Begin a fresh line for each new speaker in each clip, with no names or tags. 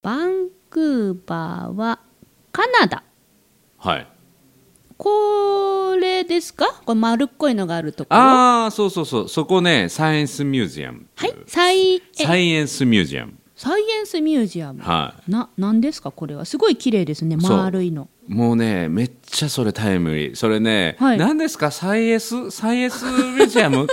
バンクーバーはカナダ。
はい
これですかこれ丸っこいのがあるところ。は
ああそうそうそうそこねサイエンスミュージアムって
いうサイえ
サイエンスミュージアム
サイエンスミュージアム。
は
な、なんですかこれは。すごい綺麗ですね。
そう
丸いの。
いもうねめっちゃそれタイムリーそれね、
はい
何ですかサイエンスサイエンスミュージ アム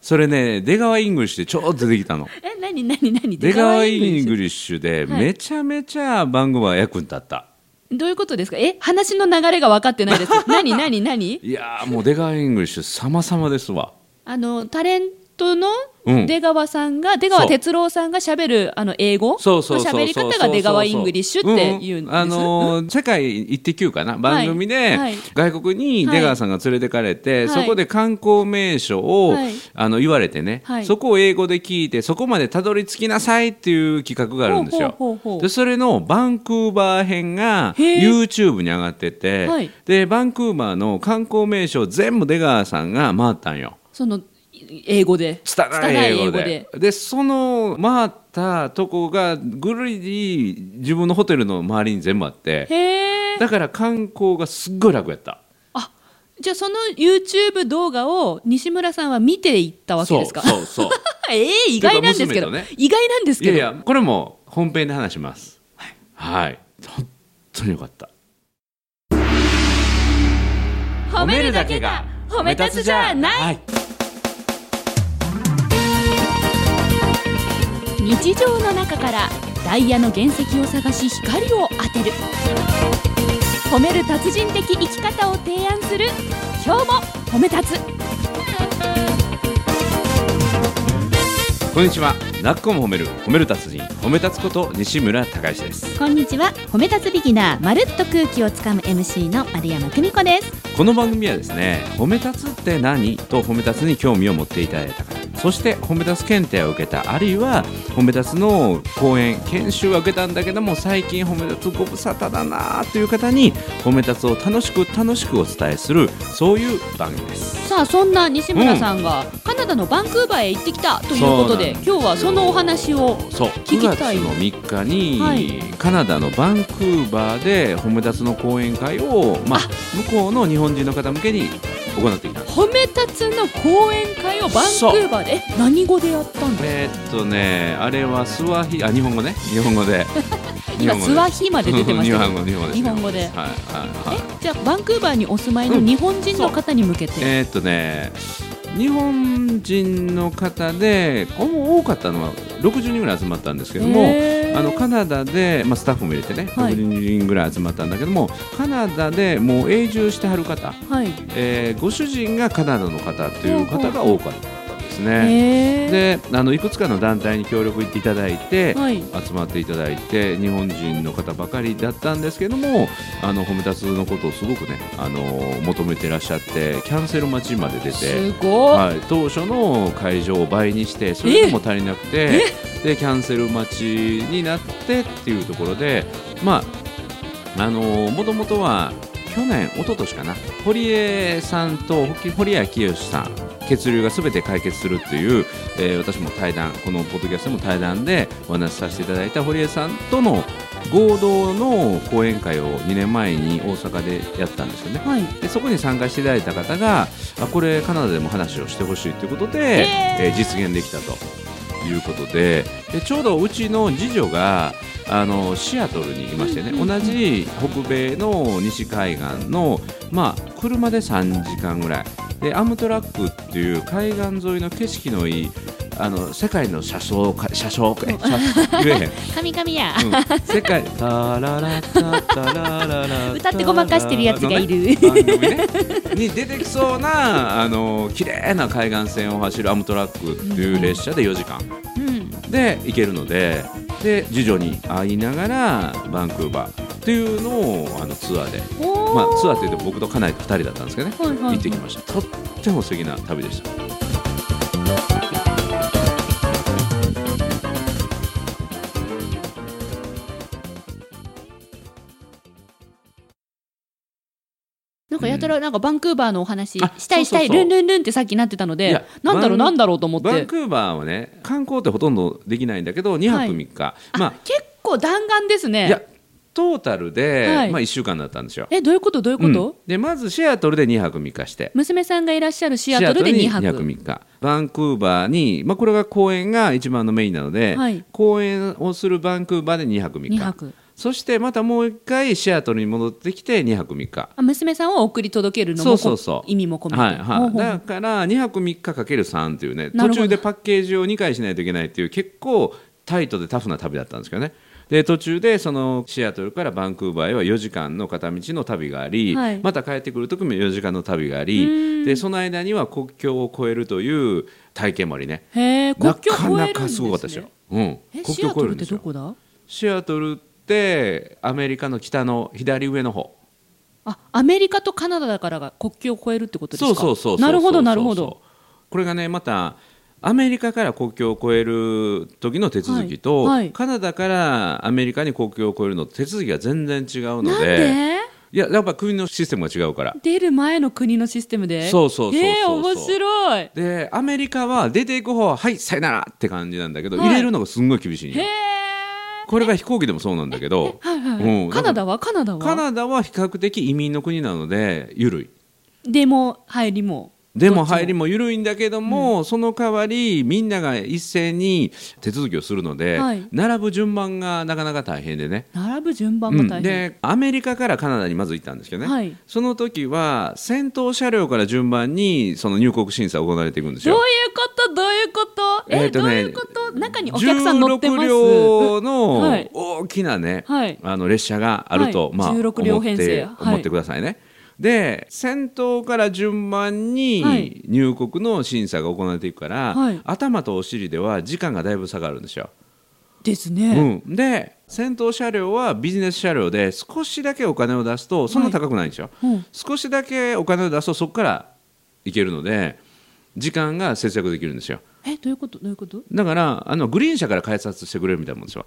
それね出川イングリッシュでちょっと出てきたの
え、なになになに
出川イング
リ
リッシュで
はい
めちゃめちゃ番組は役に立った、
どういうことですかえ、話の流れが分かって ないです。なになになに
い、やーもう出川イングリッシュ様々ですわ
あの、タレントの
うん
出川さんが、出川哲朗さんが喋る、あの、英語の
そうそうそうそう
喋り方が出川イングリッシュって言うんです。
あのー世界一滴級かな番組で、
はい
外国に出川さんが連れてかれて、
はい
そこで観光名所を、
はい
あの言われてね、
はい
そこを英語で聞いてそこまでたどり着きなさいっていう企画があるんですよ。
ほうほうほうほう
でそれのバンクーバー編が
へー
YouTube に上がってて、
はい
でバンクーバーの観光名所を全部出川さんが回ったんよ。
その、英語で。
拙い英語ででその回ったとこがぐるり自分のホテルの周りに全部あって
へえ。
だから観光がすっごい楽やった
あ、じゃあその YouTube 動画を西村さんは見ていったわけですか
そうそうそう
ええ意外なんですけど、
ていうか娘とね
意外なんです
い
け
や
ど
いやこれも本編で話しますはい、本当によかった
褒めるだけが褒め立つじゃない、
はい
日常の中からダイヤの原石を探し光を当てる褒める達人的生き方を提案する今日も褒め立つ
こんにちはなっこも褒める褒める達人褒め立つこと西村孝之です
こんにちは褒め立つビギナーまるっと空気をつかむ MC の丸山久美子です
この番組はですね褒め立つって何と褒め立つに興味を持っていただいた方そして褒め立つ検定を受けたあるいは褒め立つの講演研修は受けたんだけども最近褒め立つご無沙汰だなという方に褒め立つを楽しく楽しくお伝えするそういう番組です
さあそんな西村さんがカナダのバンクーバーへ行ってきたということで
そうなんですよ
今日はそのお話を
そう
聞
9
き
月
たい
の3日に、
はい
カナダのバンクーバーで褒め立つの講演会を、まあ、向こうの日本人の方向けに行ってきたんです
褒め立つの講演会をバンクーバーでえ何語でやったんですか
えーっとね、あれはスワヒあ日本語ね、日本語で。
今スワヒまで出てました
日
け
本語日本語です。
日本語で
はいはい
ど
はい。
えじゃあバンクーバーにお住まいの
うん
日本人の方に向けて、
えーっとね、日本人の方で、これも多かったのは60人ぐらい集まったんですけども。
へー
あのカナダで、まあ、スタッフも入れてね、
はい
60人ぐらい集まったんだけどもカナダでもう永住してはる方、
はい
えーご主人がカナダの方という方が多かったんですね。
へー
であのいくつかの団体に協力いただいて、
はい
集まっていただいて日本人の方ばかりだったんですけどもあの褒め立つのことをすごくねあの求めてらっしゃってキャンセル待ちまで出
す
て、
ごい、
はい、当初の会場を倍にしてそれでも足りなくてでキャンセル待ちになってっていうところでまああのもともとは去年一昨年かな堀江さんとほ堀江清さん血流がすべて解決するっていう、えー私も対談このポッドキャストでも対談でお話しさせていただいた堀江さんとの合同の講演会を2年前に大阪でやったんですよね。
はい
でそこに参加していただいた方があこれカナダでも話をしてほしいということで、
えー
えー実現できたということででちょうどうちの次女があのシアトルにいましてね、
うんうんうん
同じ北米の西海岸の、まあ、車で3時間ぐらいでアムトラックっていう海岸沿いの景色のいいあの世界の車窓か車掌え車言えへん
神々や、
うん世界タララタタラララ
歌ってごまかしてるやつがいる
のね番組ねに出てきそうなあの綺麗な海岸線を走るアムトラックっていう列車で4時間
うん、
で行けるのでで次女に会いながらバンクーバーっていうのをあのツアーで、
おー
まあ、ツアーって言って僕と家内と2人だったんですけどね、
はいはいはい
行ってきましたとっても素敵な旅でした
なんかやたらなんかバンクーバーのお話
あ
したいし
そう
た
そう
い
そう
ルンルンルンってさっきなってたの
い
で
や
なんだろう
バン
なんだろうと思っ
バン
て
クーバーはね観光ってほとんどできないんだけど2泊3日、まあ
結構弾丸ですね
いやトータルで、
はい
まあ、1週間だったんですよ。
えどういうことどういうこと、
うんでまずシアトルで2泊3日して
娘さんがいらっしゃるシアトルで2泊
シアトルに2 0 3日バンクーバーに、まあ、これが公演が一番のメインなので、
はい
公演をするバンクーバーで2泊3日
2泊
そしてまたもう一回シアトルに戻ってきて2泊3日
あ娘さんを送り届けるのも
そうそうそう
意味も込めて、
はいはい
ほうほう
だから2泊3日かける3という
な
ね途
るほど
中でパッケージを2回しないといけないっていう結構タイトでタフな旅だったんですけどねで途中でそのシアトルからバンクーバーへは4時間の片道の旅があり、
はい
また帰ってくる時も4時間の旅がありでその間には国境を越えるという体験もありね
へえ国境越えるんです、ね、
なかなかすごかったですよ、うん、
え
国
シ
境
ア
越
ト
え
ルっ
るんで
て
す
ど
よ
こだ
シアトルってアメリカの北の左上の方
あアメリカとカナダだからが国境を越えるってことですか
そうそうそうそう
なるほ
そ
ど
うそ
な
うそう
るほど
これがねまたアメリカから国境を越える時の手続き
は
と、
いはい
カナダからアメリカに国境を越えるの手続きが全然違うの
なん
で
で
いややっぱ国のシステムが違うから
出る前の国のシステムで
そうそうそうそうそう
えー面白い
でアメリカは出ていく方ははいさよならって感じなんだけど、
はい
入れるのがすんごい厳しい
へ
の
え
よこれが飛行機でもそうなんだけど
はいはい、
うん
カナダはカナダは
カナダは比較的移民の国なので緩い
でも入りも
でも入りも緩いんだけども、その代わりみんなが一斉に手続きをするので、
はい
並ぶ順番がなかなか大変でね。
並ぶ順番が
う
大変、
んでアメリカからカナダにまず行ったんですけどね、
はい
その時は先頭車両から順番にその入国審査が行われていくんです
どういう
よ。
ことどういうことえ
えーとね
どういうこと中にお客さん乗ってます
16両
は
の
い
大きなね、
はい
あの列車があると、
はい
まあ、
16両編成
思って,、
はい
思ってくださいね。で先頭から順番
は
に
い
入国の審査が行われていくから、
はい
頭とお尻では時間がだいぶ差があるんですよ。
ですね、
うん、で先頭車両はビジネス車両で少しだけお金を出すとそんな高くないんですよ。
うん
少しだけお金を出すとそこから行けるので時間が節約できるんですよ
えどういうことどういうこと
だからあのグリーン車から改札してくれるみたいなもんですよ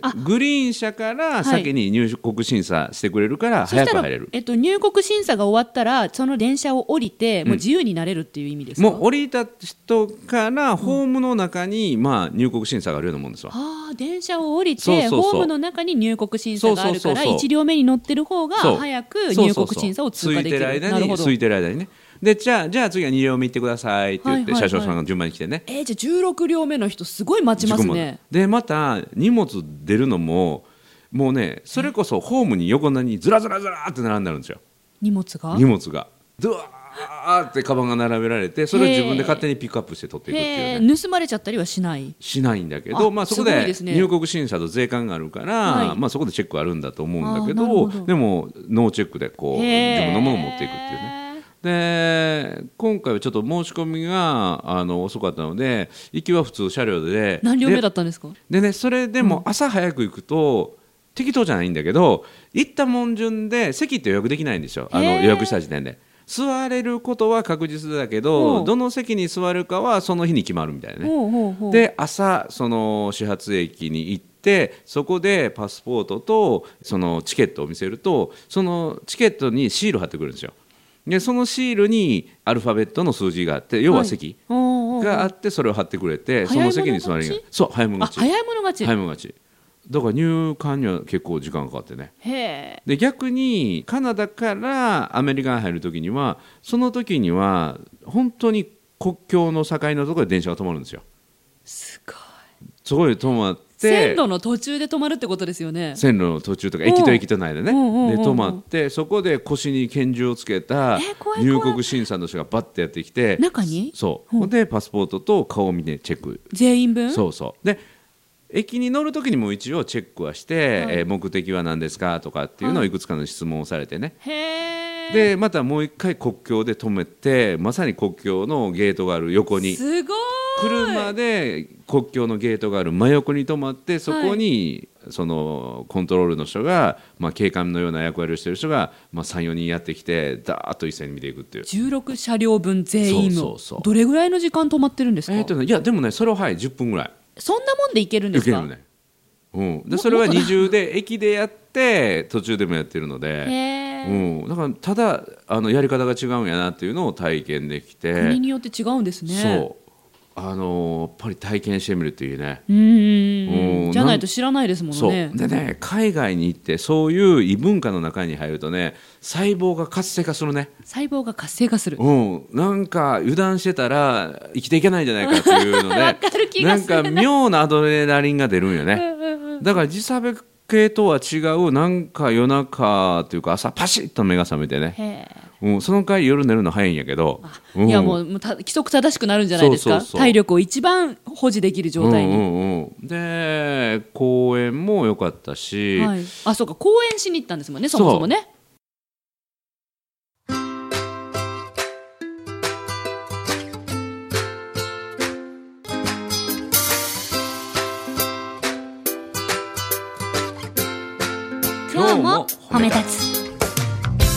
あ
グリーン車から先に入国審査してくれるから
そした
早
ら
く入れる
えっと、入国審査が終わったらその電車を降りてもう自由になれるっていう意味ですか、
もう降りた人からホームの中に、まあ、入国審査があるようなもんですわ
ああ電車を降りて
そうそうそう
ホームの中に入国審査がある
そ
か
う
ら
そうそうそ
1
う
両目に乗ってる方が
そう
早く入国審査を通過できる
そうそうそう
な
空いてる間
る
に
ほど
空いてる間にねでじゃあじゃあ次は2両目行ってくださいって言って、
はいはいはい
車掌さんが順番に来てね
えー、じゃあ16両目の人すごい待ちますね
でまた荷物出るのももうねそれこそホームに横にずらずらずらって並んであるんですよ
荷物が
荷物がドワーってカバンが並べられてそれを自分で勝手にピックアップして取っていくって
へ
いうね
ー盗まれちゃったりはしない
しないんだけ
あ
どまあ、そこ
すごい
で
ですね
入国審査と税関があるから、
はい
まあ、そこでチェックあるんだと思うんだけ
あーなるほ
ど
ど
でもノーチェックでこう自
へー
分のものを持っていくっていうね。で今回はちょっと申し込みがあの遅かったので行きは普通車両で
何両目
で
だったんですか
でねそれでも朝早く行くと、適当じゃないんだけど行ったもん順で席って予約できないんですよあの
へー
予約した時点で座れることは確実だけ
うん
どどの席に座るかはその日に決まるみたいなね
ほうほうほう
で朝その始発駅に行ってそこでパスポートとそのチケットを見せるとそのチケットにシール貼ってくるんですよでそのシールにアルファベットの数字があって要は席
おうおうおう
があってそれを貼ってくれて
早
そ
い者勝
の
ち
席に座りがそう早い者
あ
勝ち
早い者勝ち、
早い者勝ちだから入館には結構時間かかってね
へえ
で逆にカナダからアメリカに入る時にはその時には本当に国境の境のところで電車が止まるんですよ
すごい
そこで止まって
線路の途中で止まるってことですよね
線路の途中とか
うん
駅と駅との間ね、
うんうんうんうん
で止まってそこで腰に拳銃をつけた
え怖い怖い
入国審査の人がバッてやってきて
中に
そう、
うん
ほんでパスポートと顔を見てチェック、
全員分
そうそうで駅に乗る時にも一応チェックはして、
はい
えー目的は何ですかとかっていうのをいくつかの質問をされてね、
へえ
でまたもう一回国境で止めてまさに国境のゲートがある横に
すごい
車で国境のゲートがある真横に止まってそこにそのコントロールの人が、まあ、警官のような役割をしている人が、まあ、34人やってきてダーッと一斉に見ていくっていう。
16車両分全員の
そうそうそう
どれぐらいの時間止まってるんですか、
えーとね、いやでもねそれをはい10分ぐらい
そんなもんでいけるんで
受
す
け
か
るね、うん、で
も
それは
もっと
二重で 駅でやって途中でもやってるの
へ
で、う
え、
ん、だからただあのやり方が違うんやなっていうのを体験できて
国によって違うんですね
そうあのーやっぱり体験してみるといいね。
うー
うんん
じゃないと知らないですも
そ
の
う
ね
でね海外に行ってそういう異文化の中に入るとね細胞が活性化するね、
細胞が活性化する
うん、なんか油断してたら生きていけないんじゃないかっていうの
わ
で
かる気
な
が
ん
する
か妙なアドレナリンが出るんよね
うんうんうん
だから時差別系とは違うなんか夜中というか朝パシッと目が覚めてね、
へえ
うん、その回夜寝るの早いんやけど、うん、
いやもうもうた規則正しくなるんじゃないです
そ
か
うそうそう
体力を一番保持できる状態に、
うんうんうん、で公演も良かったし、
はい、あそうか公演しに行ったんですもんねそもそもね
今日も褒め立つ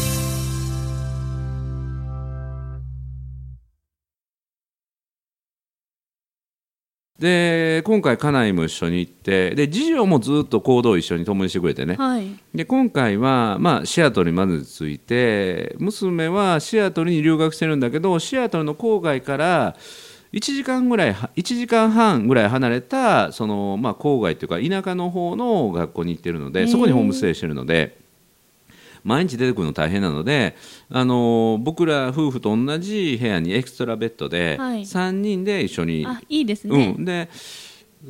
で今回家内も一緒に行ってで次女もずっと行動を一緒に共にしてくれてね
はい
で今回は、まあ、シアトルにまず着いて娘はシアトルに留学してるんだけどシアトルの郊外から1時間ぐらいは1時間半ぐらい離れたその、まあ、郊外というか田舎の方の学校に行ってるのでそこにホームステイしてるので。毎日出てくるの大変なので、あの僕ら夫婦と同じ部屋にエクストラベッドで、
はい
3人で一緒に
あいいですね、
うん、で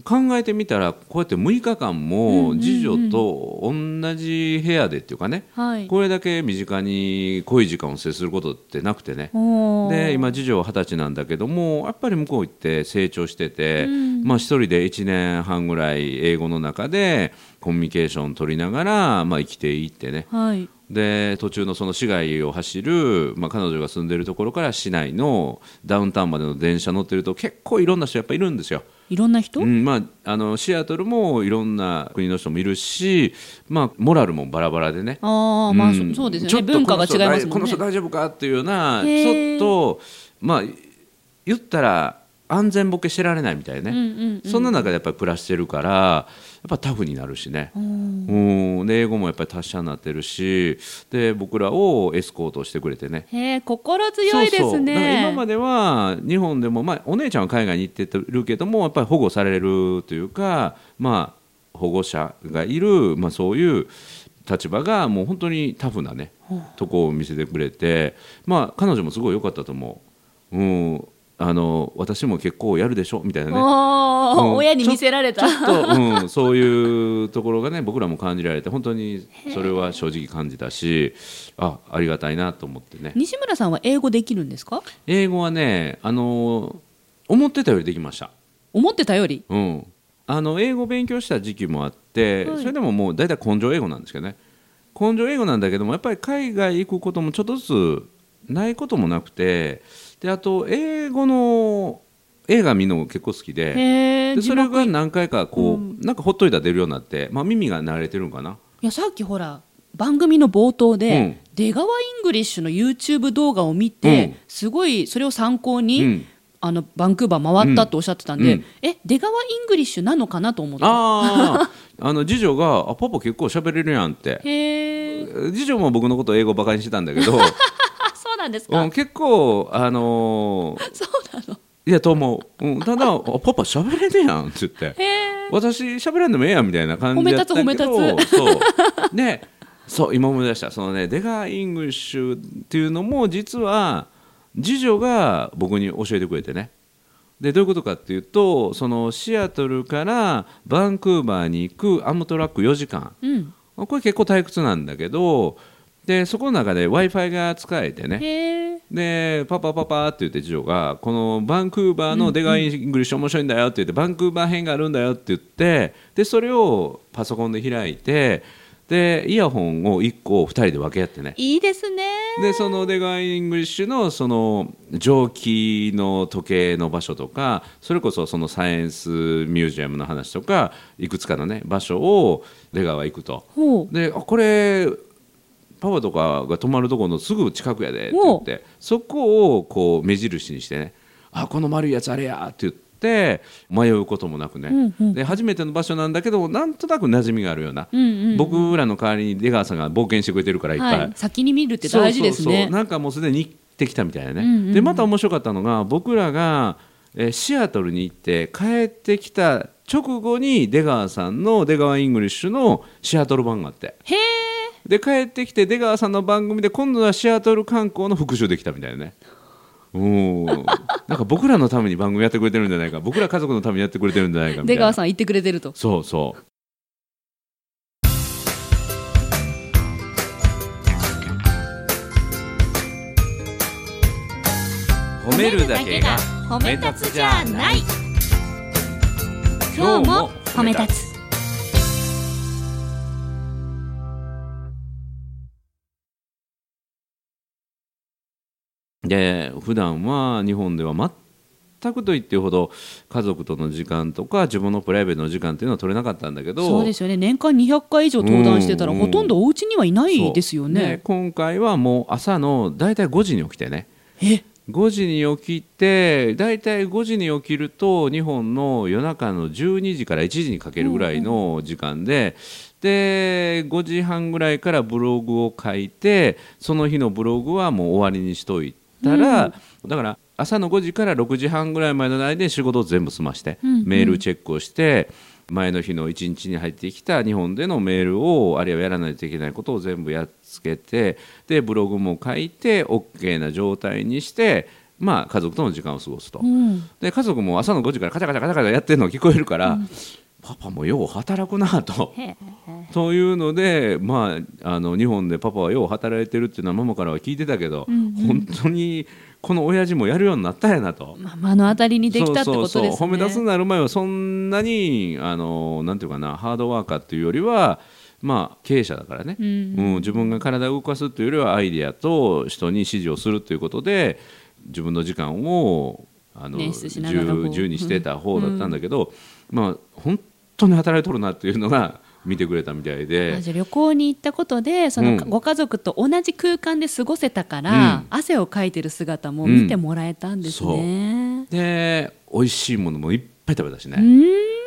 考えてみたらこうやって6日間も次女と同じ部屋でっていうかね、
はい
これだけ身近に濃い時間を接することってなくてね
おー
で今次女は二十歳なんだけどもやっぱり向こう行って成長してて、
うん
まあ、一人で1年半ぐらい英語の中でコミュニケーション取りながら、まあ、生きていってね
はい
で途中のその市街を走る、まあ、彼女が住んでるところから市内のダウンタウンまでの電車乗ってると結構いろんな人やっぱいるんですよ。
いろんな人、
うんまあ、あのシアトルもいろんな国の人もいるし、まあ、モラルもバラバラでね。
ああまあそ,、うんそうです
ちょ
よ
っ
ね
と
文化が違いま
この人
すもんね
大この人大丈夫かっていうような
へー
ちょっとまあ言ったら安全ボケしてられないみたいなね、
うんうんうん
そんな中でやっぱり暮らしてるからやっぱタフになるしね、うん、で英語もやっぱり達者になってるしで僕らをエスコートしてくれてね
へえ心強いで
そうそ
す
うだから
ね
今までは日本でも、まあ、お姉ちゃんは海外に行ってるけどもやっぱり保護されるというか、まあ、保護者がいる、まあ、そういう立場がもう本当にタフなねとこを見せてくれて、まあ、彼女もすごい良かったと思う。うんあの私も結構やるでしょみたいな ね
おー
うん
親に見せられた
ちょっと、うん、そういうところがね僕らも感じられて本当にそれは正直感じたしあありがたいなと思ってね
西村さんは英語できるんですか
英語はね、あのー思ってたよりできました、
思ってたより
うん、あの英語勉強した時期もあって、
はい
それでももう大体根性英語なんですけどね根性英語なんだけどもやっぱり海外行くこともちょっとずつないこともなくてであと英語の映画見るの結構好きで
へえ
でそ
字
れ
幕
が何回かこう、なんかほっといたら出るようになって、まあ、耳が慣れてるんかない
やさっきほら番組の冒頭で、
うん
出川イングリッシュの YouTube 動画を見て、
うん
すごいそれを参考に、
うん
あのバンクーバー回ったとおっしゃってたんで、
うん
え出川イングリッシュなのかなと思って
あーあの次女があ「パパ結構喋れるやん」って
へえ
次女も僕のこと英語バカにしてたんだけど
あそうなんですか、
うん、結構あのー
そうなの
いやと思う、うん、ただあ「パパ喋れねえやん」って言って
へえ
「私喋らんでもええやん」みたいな感じだったけど
褒め立つ褒め立
つそうでそう今思い出したそのねデカイングリッシュっていうのも実は次女が僕に教えてくれてねでどういうことかっていうとそのシアトルからバンクーバーに行くアムトラック4時間
うん
これ結構退屈なんだけどでそこの中で w i f i が使えてね
へえ
でパパパパって言って次女がこのバンクーバーの出川イングリッシュ面白いんだよって言って、バンクーバー編があるんだよって言ってでそれをパソコンで開いてでイヤホンを1個2人で分け合ってね
いいですね
でその出川イングリッシュのその蒸気の時計の場所とかそれこそそのサイエンスミュージアムの話とかいくつかのね場所を出川行くと。
ほう
であこれパパとかが泊まるところのすぐ近くやでって言ってそこをこう目印にしてねあこの丸いやつあれやって言って迷うこともなくね、
うんうん
で初めての場所なんだけどなんとなく馴染みがあるような、
うんうん
僕らの代わりに出川さんが冒険してくれてるからいっぱい、
はい、先に見るって大事です
そうそうそ
ね
うなんかもうすでに行ってきたみたいなね、
うんうんうん
でまた面白かったのが僕らがえーシアトルに行って帰ってきた直後に出川さんの出川イングリッシュのシアトル版があって
へえ
で帰ってきて出川さんの番組で今度はシアトル観光の復習できたみたいなねおーなんか僕らのために番組やってくれてるんじゃないか僕ら家族のためにやってくれてるんじゃないかみたい
出
な
川さん言ってくれてると
そうそう褒めるだけが
褒
め立つじゃない
今日も褒め立つ
で普段は日本では全くと言っていいほど家族との時間とか自分のプライベートの時間っていうのは取れなかったんだけど
そうですよね年間200回以上登壇してたら
うん
ほとんどお家にはいないですよ
そう
ね
今回はもう朝の大体5時に起きてね
え
5時に起きて大体5時に起きると日本の夜中の12時から1時にかけるぐらいの時間で、で5時半ぐらいからブログを書いてその日のブログはもう終わりにしといたら、だから朝の5時から6時半ぐらいまでの間で仕事を全部済まして、
うんうん
メールチェックをして前の日の1日に入ってきた日本でのメールをあるいはやらないといけないことを全部やっつけてでブログも書いて OK な状態にして、まあ、家族との時間を過ごすと、
うん
で家族も朝の5時からカチャカチャカチャカチャやってるのが聞こえるから、パパもよう働くなと。
へえ
というので、まあ、あの日本でパパはよう働いてるっていうのはママからは聞いてたけど、本当にこの親父もやるようになったんやなと。
まあ目の当たりにできたってことです
そう
ね
そうそう褒め出すになる前はそんなにあのなんていうかなハードワーカーっていうよりはまあ経営者だからね、
うん
うん自分が体を動かすというよりはアイデアと人に指示をするということで自分の時間をあの
捻出しながらこう
自由自由にしてた方だったんだけど、まあ本当に働いとるなっていうのが見てくれたみたいで。
あじゃあ旅行に行ったことでそ
うん
のご家族と同じ空間で過ごせたから、
うん
汗をかいてる姿も見てもらえたんですね。
で美味しいものもいっぱい食べたしね、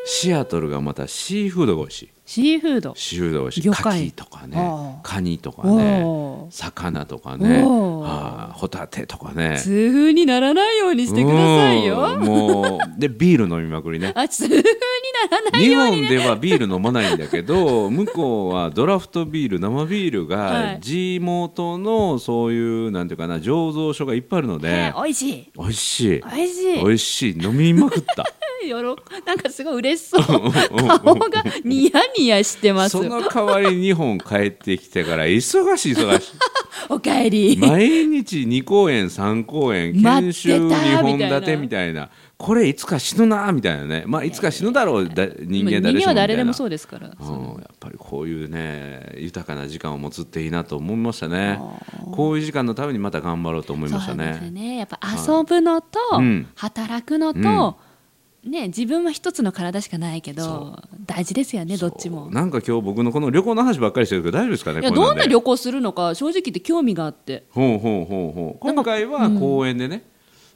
シアトルがまたシーフードが美味しい
シーフード、
シーフードが美味しい
魚
カ
介
キとか
あ
ね
あ
カニとかね
おー
魚とかね
おー
ああホタテとかね
痛風にならないようにしてくださいよ
うん。もうでビール飲みまくり ね
あ痛風にならない
日
ように
本ではビール飲まないんだけど 向こうはドラフトビール生ビール
は
が
い
地元のそういうなんていうかな醸造所がいっぱいあるの
ね
で
美味しい
美味しい
美味しい
美味しい飲みまくった
喜なんかすごい嬉しそう顔がニヤニヤしてます
その代わり日本帰ってきてから忙しい忙しい
おかえ り、
毎日2公演3公演
待
研
ってた
修2本立てみ
み
たいなこれいつか死ぬなみたいなねまあいつか死ぬだろうだ人間
まあ
誰しもみたいな
人間は誰でもそうですから、
うん、やっぱりこういうね豊かな時間を持つっていいなと思いましたねこういう時間のためにまた頑張ろうと思い
そう
まし
な
た
んですよ
ね
ね。やっぱ遊ぶのと、
うん
働くのと、ね自分は一つの体しかないけど大事ですよねどっちも。
なんか今日僕のこの旅行の話ばっかりしてるけど大丈夫ですかね
いや
こうい
ど
うの
ん
で
な旅行するのか正直言って興味があって。
ほうほうほうほう
なんか
今回は公園でね、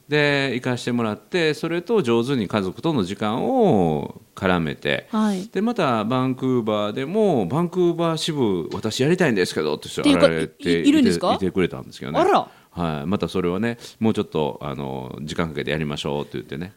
で行かしてもらってそれと上手に家族との時間を絡めて
はい。っ
でまたバンクーバーでもバンクーバー支部私やりたいんですけどって人
っていう
現
か
れて
いいるんですか
いていてくれたんですけどね
あら
はい、またそれはねもうちょっとあの時間かけてやりましょうって言ってね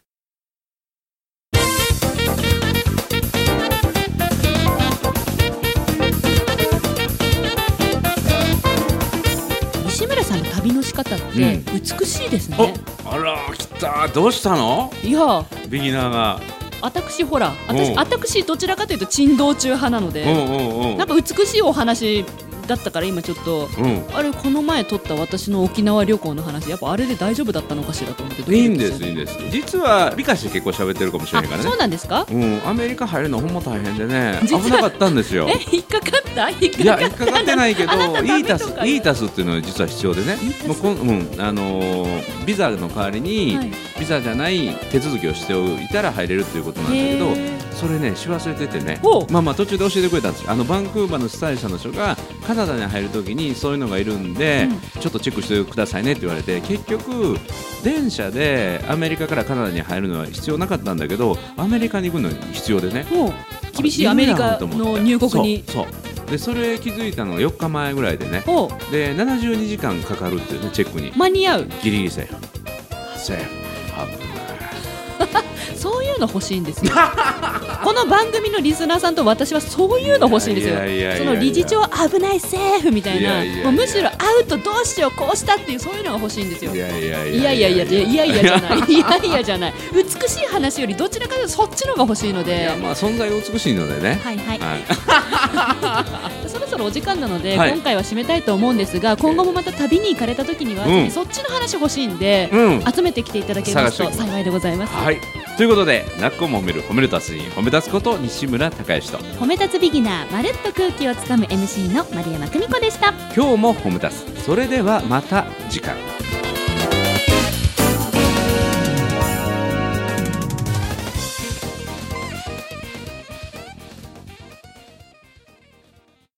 西村さんの旅の仕方って
うん
美しいです
お
ね。
あら来たどうしたの
いや
ビギナーが
私ほら私
うん
私どちらかというと珍道中派なの
うん
で、
うんうん
なんか美しいお話だったから今ちょっと。
うん
あれこの前撮った私の沖縄旅行の話やっぱあれで大丈夫だったのかしらと思ってドキド
い
キ
いんで
し
す
て
いいんです実は美化して結構喋ってるかもしれないから
あ
ね
そうなんですか
うん、アメリカ入るのほんま大変でね
実は
危なかったんですよ
え引っかかった引っ
いや
かか
引
っ
ったかかってないけど
あなたダメ
e タ
と
ス
か
e タスっていうのは実は必要でね
E-TAS
もうこんうんあのービザの代わりに、
はい
ビザじゃない手続きをしておいたら入れるっていうことなんだけど
へー
それねし忘れててね
ほう
まあまあ途中で教えてくれたんですよあのバンクーバーの主催者の人がカナダに入るときにそういうのがいるんで、ちょっとチェックしてくださいねって言われて結局電車でアメリカからカナダに入るのは必要なかったんだけどアメリカに行くのに必要でね
もう厳しいアメリカの入国に
そうそうでそれ気づいたのが4日前ぐらいでね
お
で72時間かかるっていうねチェックに
間に合う
ギリギリセーフセーフ危ない
そういうの欲しいんですよ この番組のリスナーさんと私はそういうの欲しいんですよ
いやいやいやいや
その理事長危ないセーフみたいない
やいやいや
もうむしろアウトどうしようこうしたっていうそういうのが欲しいんですよ
いやいや
いやいやいやいやいやいやじゃないいやいやじゃない美しい話よりどちらかというとそっちのが欲しいの
い
で
やまあ存在が美しいのでね
はいはい
はい
そろそろお時間なので、
はい
今回は締めたいと思うんですが今後もまた旅に行かれた時には、
うん
そっちの話欲しいんで、
うん
集めてきていただけます
探してい
と
きます
幸いでございます
はいということで「なっこも褒める褒める達人褒め立つこと西村孝之と
褒め立つビギナーまるっと空気をつかむ MC の丸山久美子でした
今日も褒め立つそれではまた次回